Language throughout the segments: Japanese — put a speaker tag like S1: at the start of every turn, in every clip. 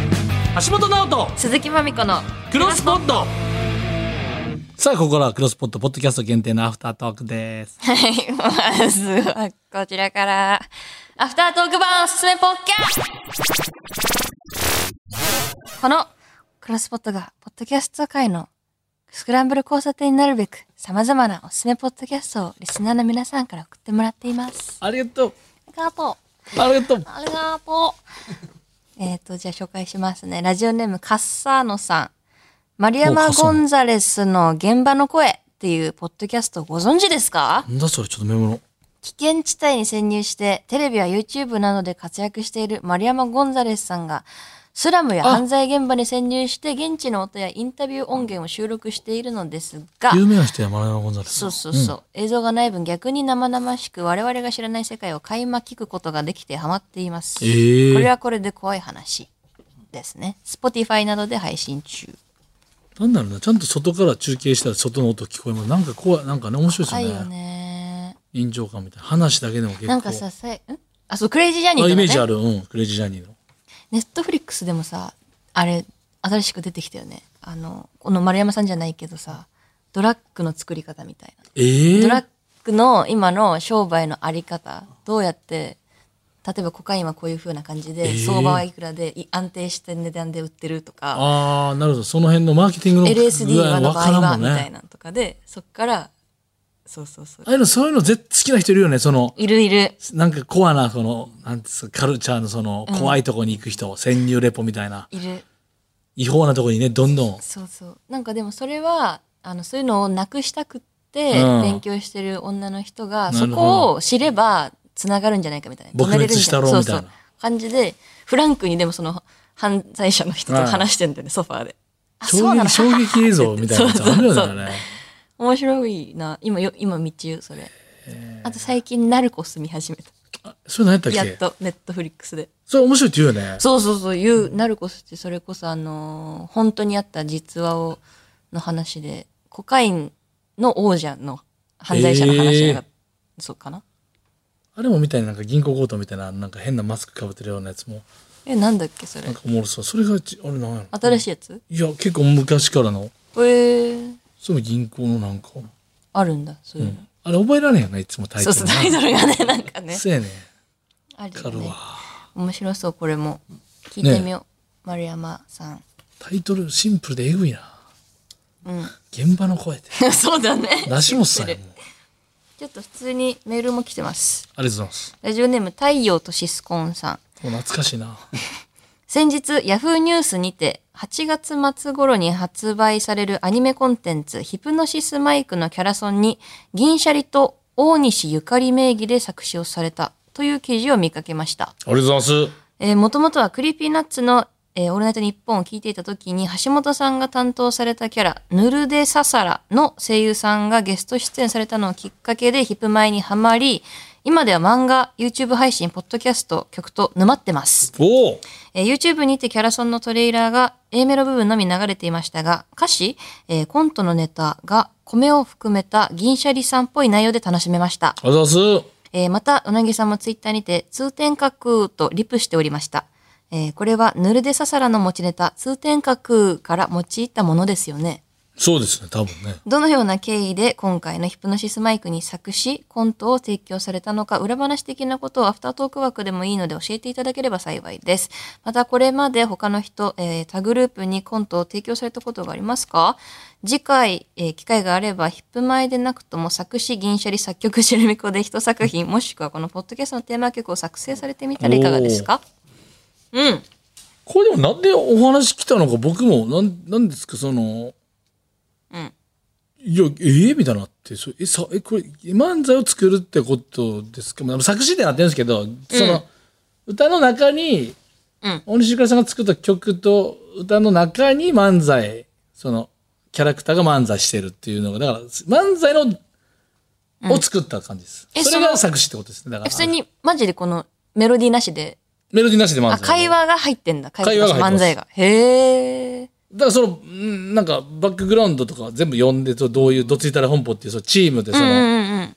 S1: 橋本直人
S2: 鈴木まみこの
S1: クロスポットさあここからはクロスポットポッドキャスト限定のアフタートークです
S2: はい、まずはこちらから、アフタートーク版おすすめポッキャこのクロスポットが、ポッドキャスト界のスクランブル交差点になるべく、様々なおすすめポッドキャストをリスナーの皆さんから送ってもらっています。
S1: ありがとう
S2: ありがと
S1: ありがとう
S2: う。ありがとう。 えっと、じゃあ紹介しますね。ラジオネーム、カッサーノさん。丸
S1: お
S2: 山
S1: カッサーノ
S2: ゴンザレスの現場の声っていうポッドキャストをご存知ですか
S1: なんだそれちょっとメモの
S2: 危険地帯に潜入して、テレビや YouTube などで活躍している丸山ゴンザレスさんが、スラムや犯罪現場に潜入して、現地の音やインタビュー音源を収録しているのですが、
S1: 有名な人やマラヤゴンザレス
S2: そうそうそう、映像がない分逆に生々しく我々が知らない世界を垣間聞くことができてハマっています。
S1: えー
S2: これはこれで怖い話ですね。Spotify などで配信中。
S1: なんだろうなちゃんと外から中継したら外の音聞こえますなんか怖いなんかね面白いです
S2: 怖い
S1: よ
S2: よ
S1: ね
S2: ね。
S1: 臨場感みたいな話だけでも結構
S2: なんかさ、さいんあ、そう、クレイジージャーニー
S1: あ
S2: と
S1: イ
S2: か
S1: メ
S2: ね
S1: ージあるうんクレイジージャーニーの
S2: ネットフリックスでもさあれ新しく出てきたよねあのこの丸山さんじゃないけどさドラッグの作り方みたいな
S1: えー、
S2: ドラッグの今の商売のあり方どうやって例えばコカインはこういう風な感じで、
S1: えー
S2: 相場はいくらでい安定して値段で売ってるとか
S1: ああなるほどその辺のマーケティングの
S2: LSD はの
S1: わ
S2: 場
S1: から
S2: 合は
S1: ん
S2: み
S1: もん
S2: たい
S1: ね
S2: なのとかでそっからそうそうそう
S1: ああいうのそういうの絶好きな人いるよねその
S2: いるいる
S1: なんかコアなそのなんつうカルチャーのその怖いとこに行く人、潜入レポみたいない
S2: る
S1: 違法なとこにねどんどん
S2: そうそうなんかでもそれはあのそういうのをなくしたくって
S1: うん
S2: 勉強してる女の人が、
S1: な
S2: そ
S1: るほど
S2: こを知ればつながるんじゃないかみたいな
S1: 撲滅したろう
S2: 止め
S1: み
S2: れるんじ
S1: たい
S2: ゃ
S1: な
S2: そうそう感じでフランクにでもその犯罪者の人と
S1: はい
S2: 話してんだよね、ソファーで。あそう
S1: 衝
S2: なの
S1: 撃衝撃映像みたいなやつあるよね
S2: そう
S1: あ
S2: そうそう
S1: れね
S2: 面白いな今よ今道中それあと最近ナルコス見始めた
S1: あそれ何やったっ
S2: や
S1: け
S2: っとネットフリックスで
S1: それ面白いって言うよね
S2: そうそうそういうナルコスってそれこそあのー本当にあった実話をの話でコカインの王者の犯罪者の話が、そうかな
S1: あれもみたいななんか銀行強盗みたいななんか変なマスクかぶってるようなやつも
S2: えなんだっけそ
S1: な
S2: れ
S1: んかおもろそうそれがちあれなんやろ
S2: 新しいやつ
S1: いや結構昔からの
S2: えー、
S1: その銀行のなんか、
S2: あるんだそういうの、
S1: あれ覚えられんやないつもタイ
S2: そ
S1: ト
S2: う
S1: ル
S2: そ
S1: な
S2: うタイトルがねなんかね
S1: そうやね
S2: ある
S1: わか
S2: よ
S1: る
S2: ね
S1: わ
S2: 面白そうこれも聞いてみよう、丸山さん
S1: タイトルシンプルでえぐいな
S2: うん
S1: 現場の声って
S2: そうだね
S1: 出しもっさんやもん
S2: ちょっと普通にメールも来てます
S1: ありがとうございます
S2: ラジオネーム太陽とシスコンさん
S1: もう懐かしいな
S2: 先日、ヤフーニュースにて、8月末頃に発売されるアニメコンテンツ、ヒプノシスマイクのキャラソンに、銀シャリと大西ゆかり名義で作詞をされたという記事を見かけました。
S1: ありがとうございます
S2: えー、もともとはクリーピーナッツの、えーオールナイトニッポンを聞いていた時に、橋本さんが担当されたキャラ、ヌルデササラの声優さんがゲスト出演されたのをきっかけでヒップマイにハマり、今では漫画、YouTube 配信、ポッドキャスト、曲と沼ってます。
S1: おお
S2: えー YouTube にてキャラソンのトレーラーが A メロ部分のみ流れていましたが、歌詞、えーコントのネタが米を含めた銀シャリさんっぽい内容で楽しめました。
S1: ありがとうございます
S2: えーまた、うなぎさんもツイッターにて通天閣とリプしておりました。えーこれはヌルデササラの持ちネタ通天閣から用いたものですよね。
S1: そうですね多分ね
S2: どのような経緯で今回のヒプノシスマイクに作詞、コントを提供されたのか、裏話的なことをアフタートーク枠でもいいので教えていただければ幸いです。またこれまで他の人、えー他グループにコントを提供されたことがありますか次回、えー機会があればヒップ前でなくとも作詞、銀シャリ、作曲、シェルミコで一作品、もしくはこのポッドキャストのテーマ曲を作成されてみたらいかがですかうん。
S1: これでもなんでお話来たのか僕もなんなんですかその
S2: うん
S1: いやええみたいなのあってそえさえこれ漫才を作るってことですかまあ作詞ってなってるんですけどその、歌の中に、
S2: うん
S1: 大西ゆかりさんが作った曲と歌の中に漫才そのキャラクターが漫才してるっていうのがだから漫才の、を作った感じです
S2: え
S1: それ
S2: そ
S1: が
S2: の
S1: 作詞ってことですねだか
S2: え
S1: ら
S2: 普通に、マジでこのメロディーなしで
S1: メロディーなしで漫才
S2: あ、会話が入ってんだ。会
S1: 会
S2: 話
S1: 話が
S2: とか
S1: 入ってます
S2: 漫才が。へえ。
S1: だからそのんなんかバックグラウンドとか全部読んでそうどういうどついたら本舗っていうそのチームでその、
S2: うんうんうん。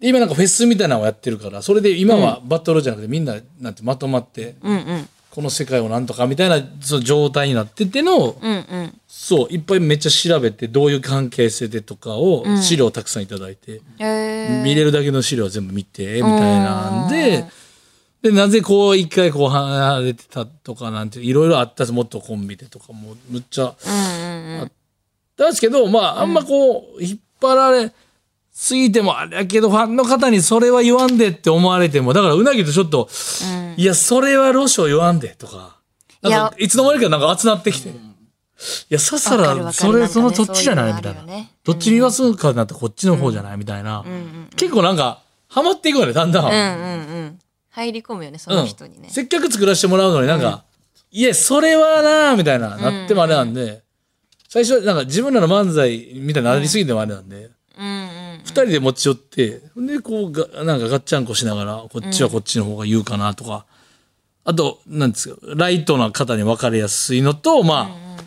S1: 今なんかフェスみたいなのをやってるからそれで今はバトルじゃなくてみんななんてまとまって
S2: うんうん。
S1: この世界をなんとかみたいなその状態になってての、
S2: うんうん。
S1: そういっぱいめっちゃ調べてどういう関係性でとかを
S2: うん
S1: 資料をたくさんいただいて、
S2: えー、
S1: 見れるだけの資料は全部見てみたいなんで、でなぜこう一回こう離れてたとかなんていろいろあったんですもっとコンビでとかもむっちゃ。
S2: うんうん
S1: な
S2: うん。
S1: んですけど、まあ、あんまこう、引っ張られすぎてもあれやけど、ファンの方にそれは言わんでって思われても、だからうなぎとちょっと、いや、それはロショ言わんでとか、な
S2: い
S1: ん
S2: や
S1: か、いつの間にかなんか集まってきて、いや、ささ
S2: わかる
S1: ら、
S2: わかる
S1: それ、
S2: なんかね
S1: そのどっちじゃない
S2: そう
S1: み
S2: いう
S1: た
S2: の
S1: い
S2: あ
S1: な
S2: るよね。
S1: どっちに言わすかなったらこっちの方じゃないみたいな。結構なんか、ハマっていくよね、だんだ。
S2: うんんうんうん。入り込むよね、その人にね。
S1: 接客作らせてもらうのになんか、いや、それはなあみたいな、なってもあれなんで、最初はなんか自分らの漫才みたいになりすぎてもあれなんで、
S2: うんうん。
S1: 二人で持ち寄って、で、こうが、なんかガッチャンコしながら、こっちはこっちの方が言うかなとか、あと、なんですか、ライトな方に分かりやすいのと、まあ、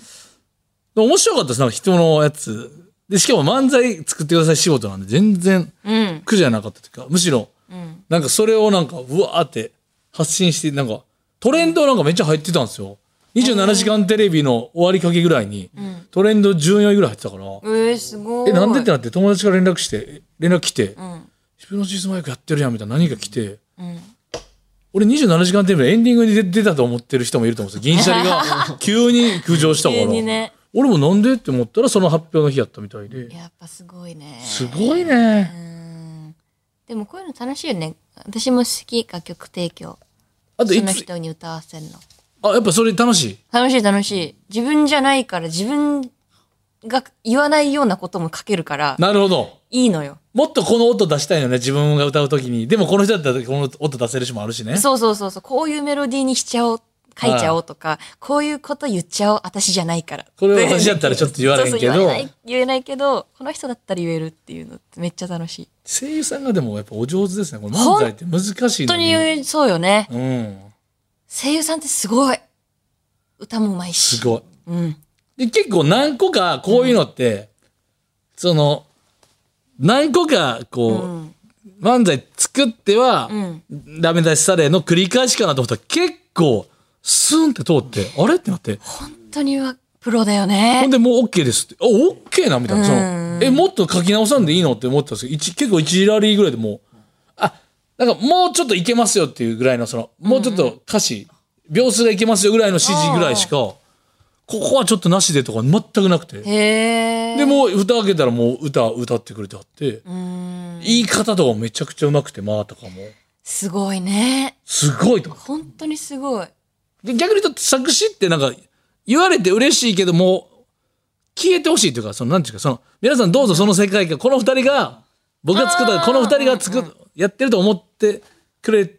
S1: でも面白かったです、なんか人のやつ。で、しかも漫才作ってください仕事なんで、全然
S2: うん
S1: 苦じゃなかったというか、むしろ、
S2: うん。
S1: なんかそれをなんか、うわーって発信して、なんか、トレンドなんかめっちゃ入ってたんですよ。27時間テレビの終わりかけぐらいに、トレンド14位ぐらい入ってたから、
S2: えー、すごい。
S1: え、なんでってなって友達から連絡して、連絡来て、
S2: うん
S1: ヒプノシスマイクやってるやんみたいな何か来て、
S2: うん。
S1: 俺27時間テレビのエンディングに出出たと思ってる人もいると思うんですよ。銀シャリ が急に浮上したから。
S2: 急にね
S1: 俺もなんでって思ったらその発表の日やったみたいで。
S2: やっぱすごいね。
S1: すごいね。
S2: うんでもこういうの楽しいよね。私も好き、楽曲提供。
S1: あと
S2: そ
S1: い
S2: の
S1: つ、
S2: 人に歌わせるの。
S1: あ、やっぱそれ楽しい。
S2: 楽しい楽しい。自分じゃないから、自分が言わないようなことも書けるから、
S1: なるほど。
S2: いいのよ。
S1: もっとこの音出したいよね、自分が歌うときに。でもこの人だったらこの音出せるしもあるしね。
S2: そうそうそうそう。こういうメロディーにしちゃおう。書いちゃおうとか、こういうこと言っちゃおう。私じゃないから。
S1: これ私だったらちょっと言われへん
S2: そうそう
S1: けど
S2: 言えない言えないけど、この人だったら言えるっていうのってめっちゃ楽しい。
S1: 声優さんがでもやっぱお上手ですね。これ漫才って難しい
S2: 本当
S1: のに。
S2: にそうよね。
S1: うん。
S2: 声優さんってすごい。歌もうまいし。
S1: すごい。
S2: うん。
S1: で、結構何個かこういうのって、その、何個かこう、
S2: うん。
S1: 漫才作っては
S2: う、ん。
S1: ダメ出しされの繰り返しかなと思ったら結構、スンって通って、あれってなって、
S2: 本当にはプロだよ
S1: ほ
S2: ね
S1: ん。でもう OK ですって、あ、OK なみたいな。そ
S2: うん
S1: のえ、もっと書き直さんでいいのって思ってたんですけど、一結構1ラリーぐらいでもう、あ、なんかもうちょっといけますよっていうぐらいの、その、もうちょっと歌詞、秒数がいけますよぐらいの指示ぐらいしか、ここはちょっとなしでとか全くなくて。
S2: へえ。
S1: で、もう蓋開けたらもう歌歌ってくれてあって、
S2: うん。
S1: 言い方とかめちゃくちゃうまくて回とかも
S2: すごいね。
S1: すごいと思って
S2: 本当にすごい。
S1: で逆に言うと作詞ってなんか言われて嬉しいけどもう消えてほしいというかそのなんていうかその皆さんどうぞその世界観この二人が僕が作ったこの二人が作るやってると思ってくれ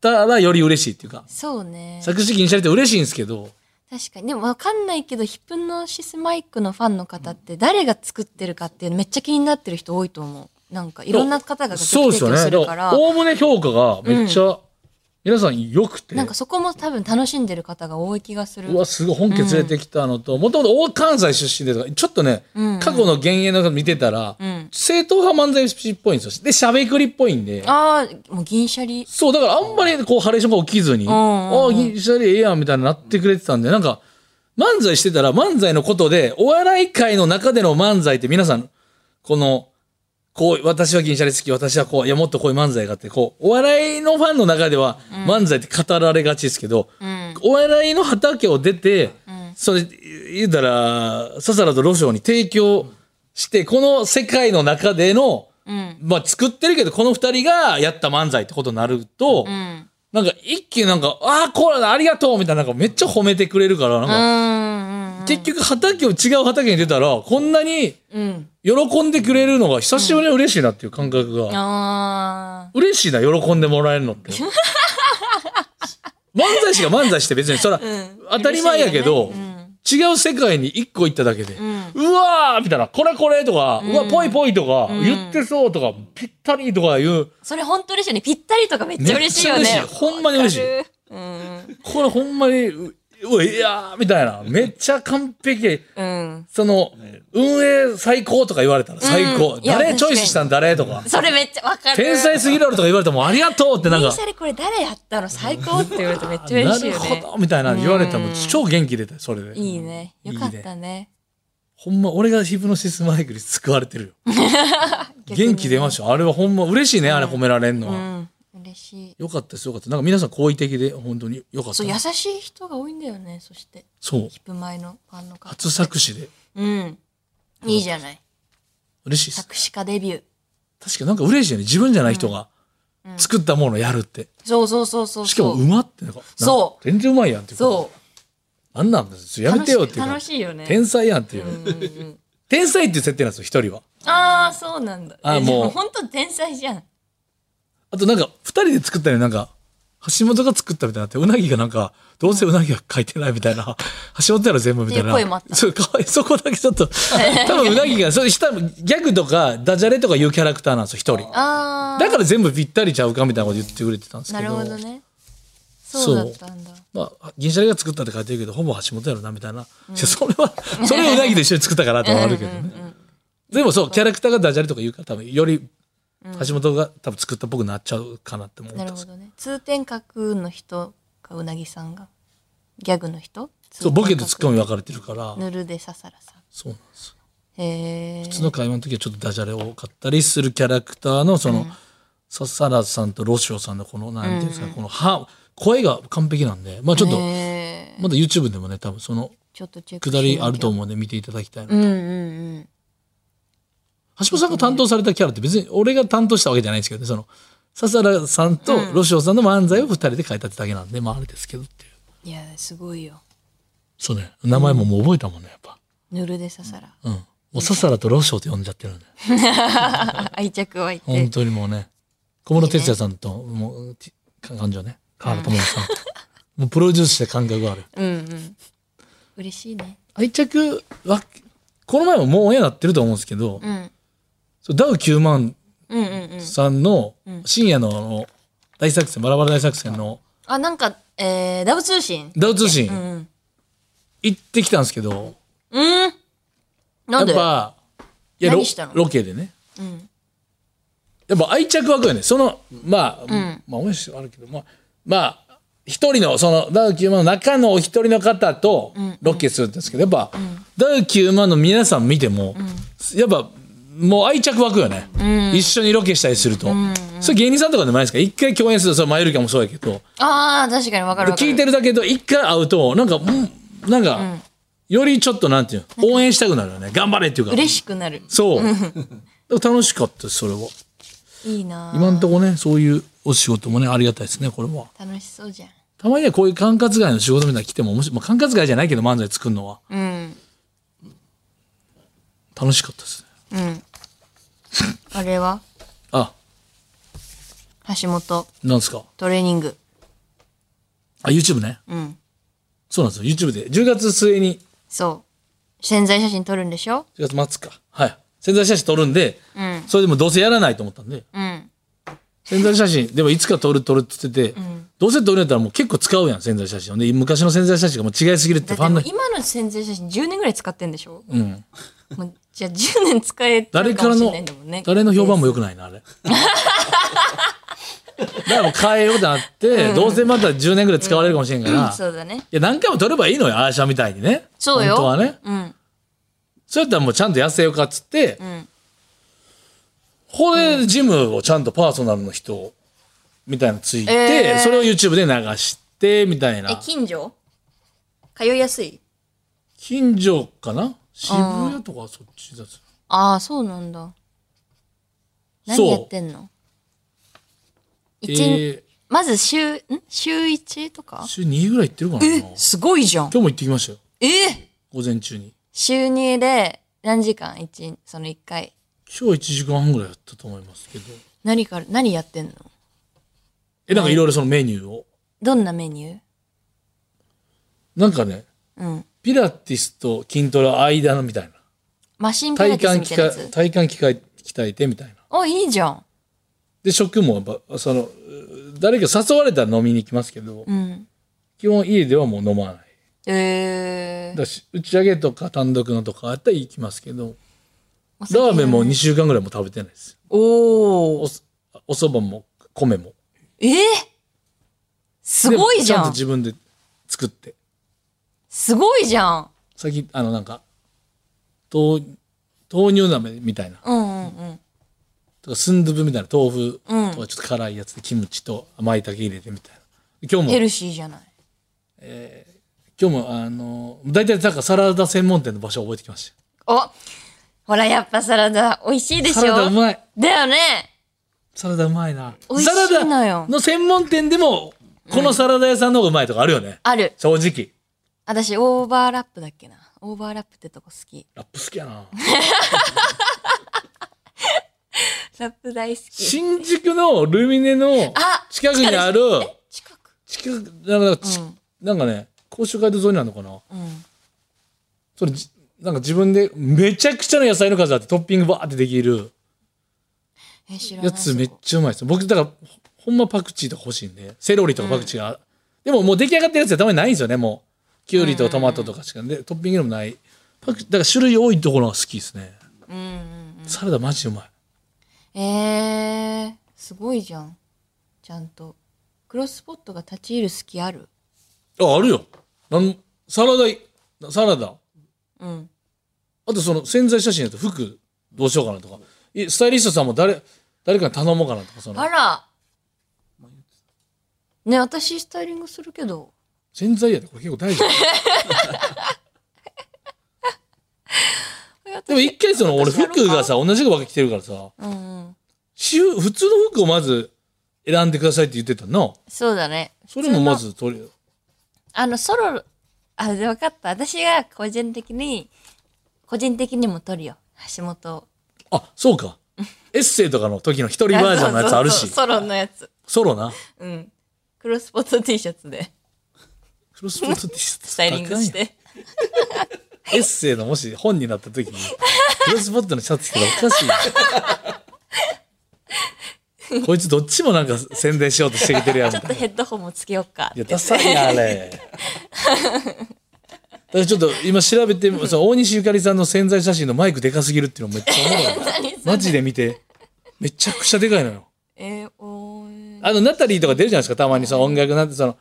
S1: たらより嬉しいっていうか
S2: そうね。
S1: 作詞禁止されて嬉しいんですけど
S2: 確かに。でもわかんないけど、ヒプノシスマイクのファンの方って誰が作ってるかっていうのめっちゃ気になってる人多いと思う。なんかいろんな方が楽
S1: そう
S2: 曲
S1: です
S2: 提
S1: よねだ
S2: 供するか、
S1: かららおおむね評価がめっちゃ皆さん良くて、
S2: なんかそこも多分楽しんでる方が多い気がする。
S1: うわすごい本家連れてきたのともともと大関西出身でとかちょっとね、
S2: うんうん
S1: 過去の現役の方見てたら、
S2: うん。
S1: 正統派漫才師っぽいんですよでしゃべくりっぽいんで
S2: ああ、もう銀シャリ。
S1: そうだからあんまりこうハレーションが起きずに、
S2: ん
S1: ああ銀シャリええやんみたいになってくれてたんでなんか漫才してたら漫才のことでお笑い界の中での漫才って皆さんこのこう私は銀シャリ好き私はこういやもっとこういう漫才があってこうお笑いのファンの中では漫才って語られがちですけど、
S2: うん。
S1: お笑いの畑を出て、
S2: ん
S1: それ言うたらささらとロショーに提供してこの世界の中での、
S2: うん。
S1: まあ、作ってるけどこの二人がやった漫才ってことになると、
S2: うん。
S1: なんか一気になんか「ああコーラありがとう」みたいななんかめっちゃ褒めてくれるからなん
S2: う
S1: か、
S2: ん。うん
S1: 結局畑を違う畑に出たらこんなに
S2: うん。
S1: 喜んでくれるのが久しぶりに嬉しいなっていう感覚が、
S2: あ
S1: 嬉しいな喜んでもらえるのって 漫才師が漫才して別にそら、
S2: あ。うん。
S1: 当たり前やけど、
S2: 嬉しいよね
S1: 違う世界に一個行っただけで、
S2: うん。うん
S1: うわーみたいな、これこれとか、うわ、ぽいぽいとか、言ってそうとか、ぴったりとかいう、
S2: それ本当嬉しいよね。ぴったりとかめっちゃ嬉しいよね。
S1: めっちゃ嬉しいほんまに嬉しい
S2: わかる。うん。
S1: これほんまに、ううわいやー、みたいな。めっちゃ完璧。
S2: うん。
S1: その、運営最高とか言われたら最高。
S2: うんいや
S1: 誰チョイスしたん誰とか。
S2: それめっちゃわかる。
S1: 天才すぎるあるとか言われてもありがとうってなん
S2: 電
S1: か。
S2: 車でこれ誰やったの最高って言われてめっちゃ嬉しいよ
S1: なる
S2: ね。
S1: ほどみたいな言われたらもう超元気出たよそれで
S2: いいね。よかったね。
S1: ほんま俺がヒプノシスマイクに救われてる よ元気出ましたあれはほんま嬉しいねあれ褒められんの
S2: う
S1: は
S2: ん。嬉しい。
S1: よかったですよかったなんか皆さん好意的で本当によかった
S2: そう、優しい人が多いんだよね。そして、
S1: そう
S2: ヒップ前のファンの方。
S1: 初作詞で
S2: うん。いいじゃない。
S1: 嬉しいです
S2: 作詞家デビュー。
S1: 確かなんか嬉しいよね自分じゃない人が作ったものをやるって
S2: そうそうそうそうそう。
S1: しかもうまってなんか
S2: そう
S1: なんか全然うまいやんっていうか
S2: そ
S1: なんなんです
S2: う。
S1: やめてよっていうか
S2: 楽しい楽しいよね。
S1: 天才やんっていう
S2: うんうんうん
S1: 天才っていう設定なんですよ一人は
S2: ああ、そうなんだ。
S1: あー
S2: えで
S1: もう
S2: 本当天才じゃん。
S1: あとなんか、二人で作ったよなんか、橋本が作ったみたいになって、うなぎがなんか、どうせうなぎが書いてないみたいな、橋本やろ全部みたい
S2: ってい
S1: な。
S2: う声もあった
S1: そう、かわいそこだけちょっ と、多分うなぎが、そう、下、ギャグとか、ダジャレとかいうキャラクターなんですよ、一人。
S2: ああ。
S1: だから全部ぴったりちゃうかみたいなこと言ってくれてたんです
S2: な
S1: け
S2: る
S1: ど。
S2: ほどね。そうだったんだ。
S1: まあ、銀シャリが作ったって書いてるけど、ほぼ橋本やろな、みたいな。 いやそれは、それをうなぎと一緒に作ったからとはあるけどね。でもそう、キャラクターがダジャレとか言うから、多分より、橋本が多分作ったっぽくなっちゃうかなって思った
S2: なんる
S1: で
S2: ほ
S1: すけど
S2: どね。通天閣の人かうなぎさんが。ギャグの人
S1: そう、ボケとツッコ
S2: ミ。
S1: ミ分かれてるから、
S2: ぬるでささらさ
S1: そうなんですよ。
S2: ん。へえ
S1: 普。通の会話の時はちょっとダジャレ多かったりするキャラクターの、その、さサラさんとロシオさんのこの、なんていうんですか、この歯、声が完璧なんで、まあちょっと、
S2: へー
S1: まだ YouTube でもね、多分その、
S2: ちょっとチェック
S1: くだりあると
S2: 思
S1: 思うんで見ていただきたいな。
S2: う。うんうんうん。
S1: 橋本さんが担当されたキャラって別に俺が担当したわけじゃないんですけどね、その、笹原さんとロシオさんの漫才を二人で書いたってだけなんで、まああれですけどっていう。
S2: いや、すごいよ。
S1: そうね、名前ももう覚えたもんね、やっぱ。
S2: ぬるでささら。
S1: うん。もう笹原とロシオって呼んじゃってるんで。
S2: あ 愛着湧い
S1: 本
S2: て。
S1: 当にもうね小室哲哉さんともうち感情ね河原智さん、 もうプロデュースして感覚がある
S2: うんうん。嬉しいね。
S1: 愛着はこの前ももうオンエアなってると思うんですけど、
S2: うん。
S1: そうダウ9万
S2: うんうんうん。
S1: さんの深夜のあの大作戦バラバラ大作戦の
S2: あ、なんか、えー、ダブ通信。
S1: ダウ通信
S2: うん。
S1: 行ってきたんですけど、
S2: うん。なん
S1: や
S2: で
S1: っぱいやロ
S2: 何したの
S1: ロケでね
S2: うん。
S1: やっぱ愛着湧くよね。その、まあ、
S2: ん
S1: まあ、応援してあるけど、まあ、まあ、一人の、その、ダウ9万の中のお一人の方とロケするんですけど、やっぱ、ダウ9万の皆さん見ても、やっぱ、もう愛着湧くよね、一緒にロケしたりすると。それ芸人さんとかでもないですか一回共演すると、それマユリカもそうやけど、
S2: ああ、確かにわかるわか
S1: 聞
S2: る。
S1: いてるだけど、一回会うと、なんか、うんなんか、よりちょっとなんていうの応援したくなるよね。頑張れっていうか。
S2: 嬉しくなる。
S1: そう。楽しかったです、それは。
S2: いいなあ
S1: 今んとこねそういうお仕事もねありがたいですねこれは
S2: 楽しそうじゃん。
S1: たまにはこういう管轄外の仕事みたいなの来ても面白い、まあ、管轄外じゃないけど漫才作るのは
S2: うん。
S1: 楽しかったですね
S2: うん。あれは
S1: あ
S2: 橋本、
S1: なんですか
S2: トレーニング。
S1: あ YouTube ね
S2: うん。
S1: そうなんですよ YouTube で10月末に
S2: そう。潜在写真撮るんでしょ
S1: 10月末かはい潜在写真撮るんで、
S2: うん。
S1: それでもどうせやらないと思ったんで
S2: うん。
S1: 潜在写真でもいつか撮る撮るって言ってて、どうせ撮るんやったらもう結構使うやん潜在写真をね昔の潜在写真がもう違いすぎるって
S2: だっ
S1: ファ
S2: て
S1: ンの
S2: もう今の潜在写真10年ぐらい使ってんでしょ
S1: うん
S2: もうじゃあ10年使えて
S1: 誰
S2: る
S1: か
S2: からもしれ
S1: の
S2: ないんだもんね。
S1: 誰の評判も良くないなあ れだからもう変えようってなって、どうせまた10年ぐらい使われるかもしれんから、い
S2: そうだね。
S1: や何回も取ればいいのよアーシャみたいにね
S2: そうよ。
S1: 本当はね
S2: うん。
S1: そうやったらもうちゃんと痩せようかっつって、
S2: ん
S1: これジムをちゃんとパーソナルの人みたいなのついて、
S2: えー
S1: それを YouTube で流してみたい
S2: え、
S1: な
S2: 近所通いやすい
S1: 近所かな渋谷とかそっちだ
S2: ああ、そうなんだ。
S1: そう
S2: 何やってんの
S1: え
S2: 一、
S1: ー、
S2: まず週、ん週一とか
S1: 週2ぐらい行ってるかな今日
S2: すごいじゃん。
S1: も行ってきましたよ
S2: え
S1: 午前中に
S2: 週二で何時間一、その一回。
S1: 今日1時間半ぐらいやったと思いますけど
S2: 何から、何やってんの
S1: えなんかいろいろそのメニューを
S2: どんなメニュ
S1: なんかね
S2: ーうん。
S1: ピラティスと筋トレの間のみたいな
S2: マシンピ
S1: 体
S2: ラティスみ
S1: 幹機
S2: たいなや
S1: 械
S2: つ。
S1: 体幹機械鍛えてみたいな
S2: あ、いいじゃん。
S1: で食もやっぱそのう誰か誘われたら飲みに行きますけど、
S2: うん。
S1: 基本家ではもう飲まない
S2: えー、
S1: だし打ち上げとか単独のとかやったら行きますけど
S2: お酒
S1: ラーメンも2週間ぐらいも食べてないです
S2: お
S1: お
S2: お。
S1: おそばも米も
S2: えー、すごいじ
S1: でもちゃん
S2: ゃ
S1: と
S2: ん
S1: 自分で作って
S2: すごいじゃん
S1: 最近あのなんか豆豆乳鍋みたいな
S2: うんうんうん。
S1: とかスンドゥブみたいな豆腐と
S2: うん
S1: かちょっと辛いやつでキムチと甘い茸入れてみたいな今日も
S2: ヘルシーじゃない。
S1: 今日もあの大体なんかサラダ専門店の場所を覚えてきまし
S2: おほら、やっぱサラダ美味しいで
S1: た
S2: しょ
S1: サラダうまい
S2: だよね
S1: サラダうまいな
S2: 美味しい
S1: サラ
S2: の
S1: ダ
S2: よ
S1: の専門店でもこのサラダ屋さんの方がうまいとかあるよね、
S2: ある。
S1: 正直
S2: 私、オーバーラップだっけな。オーバーラップってとこ好き。
S1: ラップ好きや な
S2: ラップ大好き。
S1: 新宿のルミネの
S2: あ
S1: 近くにある
S2: 近く。
S1: 近くなんかち
S2: うん
S1: なんかね甲州街道沿いなのかな
S2: うん。
S1: それじなんか自分でめちゃくちゃの野菜の数あってトッピングバーってできる
S2: え、知らない。
S1: やつめっ
S2: そこ
S1: ちゃうまいです僕だからほほんまパクチーとか欲しいんでセロリとかパクチーが、でももう出来上がってるやつはたまにないんですよねもうきゅうりとトマトとかしか、でトッピングでもないパクだから種類多いところが好きですね
S2: うんうん
S1: サラダマジでうまい
S2: うん。えー、すごいじゃん。ちゃんと。クロスポットが立ち入る隙ある
S1: ああるよなんサラダいサラダ
S2: うん。
S1: あとその潜在写真だと服どうしようかなとかいスタイリストさんも誰誰かに頼もうかなとかそ
S2: あ
S1: の
S2: らね、私スタイリングするけど。
S1: 潜在やでこれ結構大事でも一回その俺服が さ同じ服ばっか着てるからさ
S2: うんうん。
S1: 私服普通の服をまず選んでくださいって言ってたな
S2: そうだね。
S1: それもまずとり
S2: あの、ソロ、あ、で、分かった。私が個人的に、個人的にも撮るよ。橋本を。
S1: あそう かエッセイとかの時の一人バージョンのやつある
S2: そ
S1: し
S2: うそうそうソロのやつ。
S1: ソロな
S2: うん。クロスポット T シャツで、
S1: クロスポートってス
S2: スタイリングして。
S1: エッセイのもし本になった時にクロスポットのシャツ着たらおかしい よこいつどっちもなんか宣伝しようとしてきてるやんみ
S2: ちょった
S1: い
S2: と
S1: な
S2: ヘッドホンもつけようかっ
S1: い
S2: て
S1: や、ダサいな、あれ。私ちょっと今調べてみ、その大西ゆかりさんの潜在写真のマイクでかすぎるっていうのめっちゃおもろい。
S2: 何それ
S1: マジで見て。めちゃくちゃでかいのよ。
S2: えー、おー
S1: あの、ナタリーとか出るじゃないですか、たまにその音楽なんて、その、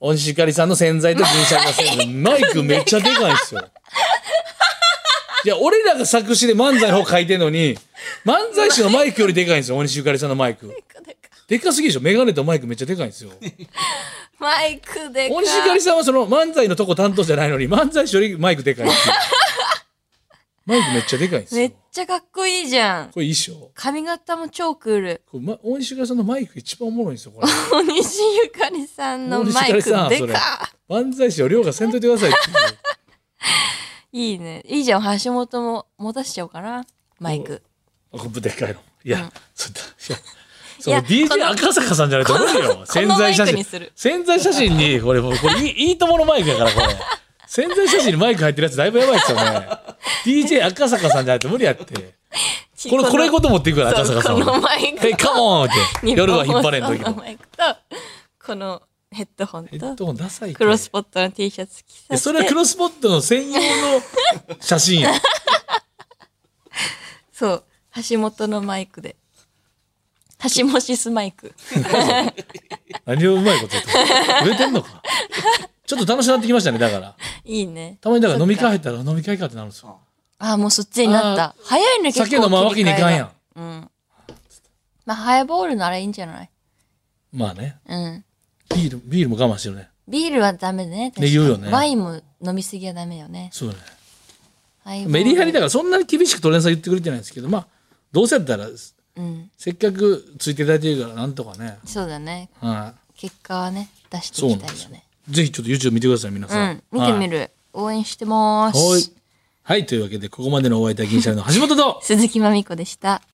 S1: 大西ゆかりさんの潜在と銀シャリの潜在。マイクめっちゃでかいんですよ。いや、俺らが作詞で漫才の方書いてんのに、漫才師のマイクよりでかいんですよ、大西ゆかりさんのマイク。でかすぎでしょメガネとマイクめっちゃでかいんですよ。
S2: マイクでか
S1: 大西ゆかりさんはその漫才のとこ担当じゃないのに漫才師よりマイクでかいって いうマイクめっちゃでかいんです
S2: め
S1: よ
S2: っちゃかっこいいじゃん。
S1: これいいっしょ
S2: 髪型も超クール。
S1: これ、ま、大西ゆかりさんのマイク一番おもろいんですよこれ
S2: 大西ゆかりさんのマ
S1: 大
S2: イク
S1: 西ゆかりさんそ
S2: で
S1: れ
S2: か
S1: 漫才師を凌駕せんといてくださいっていう
S2: いいね。いいじゃん。橋本も持たせちゃおうかな。マイク。
S1: あこれでかいのいや、そんな、いやそ
S2: い
S1: の
S2: やこ
S1: DJ
S2: の
S1: 赤坂さんじゃないと無理よ潜在写 真
S2: このマイクにする
S1: 潜在写真にこれもうこれいいいいとものマイクやからこれ潜在写真にマイク入ってるやつだいぶやばいですよね DJ 赤坂さんじゃないと無理やってこれこれごと持っていくから
S2: そう
S1: 赤坂さん
S2: この
S1: は
S2: マイ
S1: はい、
S2: ク
S1: カモンって。夜は引っ張れん時
S2: 日本放送の
S1: も。
S2: マイクとこのヘッドホン
S1: ヘッ
S2: と
S1: ドホンダサいけど
S2: クロスポットの T シャツ着さ
S1: いや
S2: せ
S1: それはク
S2: て
S1: ロスポットの専用の写真 や。
S2: そう橋本のマイクで橋本シスマイク
S1: 何をうまいこと言ってる。売れてんのか。ちょっと楽しくなってきましたね、だから。
S2: いいね
S1: たまにだから飲み
S2: そっ
S1: 会
S2: か
S1: 入ったら飲み会かってなるんですよ。
S2: ああもうそっちになった早いね結構
S1: 酒飲まんわけにいかんやん。
S2: 切り替えがうんまあハイボールならいいんじゃない
S1: まあね。
S2: うん
S1: ビール、ビールも我慢してるね。
S2: ビールはダメだね確か
S1: ね
S2: に
S1: 言うよね
S2: ワインも飲みすぎはダメよね
S1: そうね。
S2: ハイボール
S1: メリハリだからそんなに厳しくトレンさん言ってくれてないんですけど、まあ、どうせやったら、
S2: うん
S1: せっかくついていただいてるから、なんとかね。
S2: そうだね
S1: は
S2: 結果はね出して
S1: そう
S2: い
S1: な
S2: き
S1: んで
S2: たい
S1: す
S2: よね
S1: い。ぜひちょっと YouTube 見てください、皆
S2: う
S1: さん
S2: ん。見て
S1: はい
S2: みる、応援してます
S1: はい。はい、というわけで、ここまでのお相手は銀シャリの橋本と、
S2: 鈴木まみこでした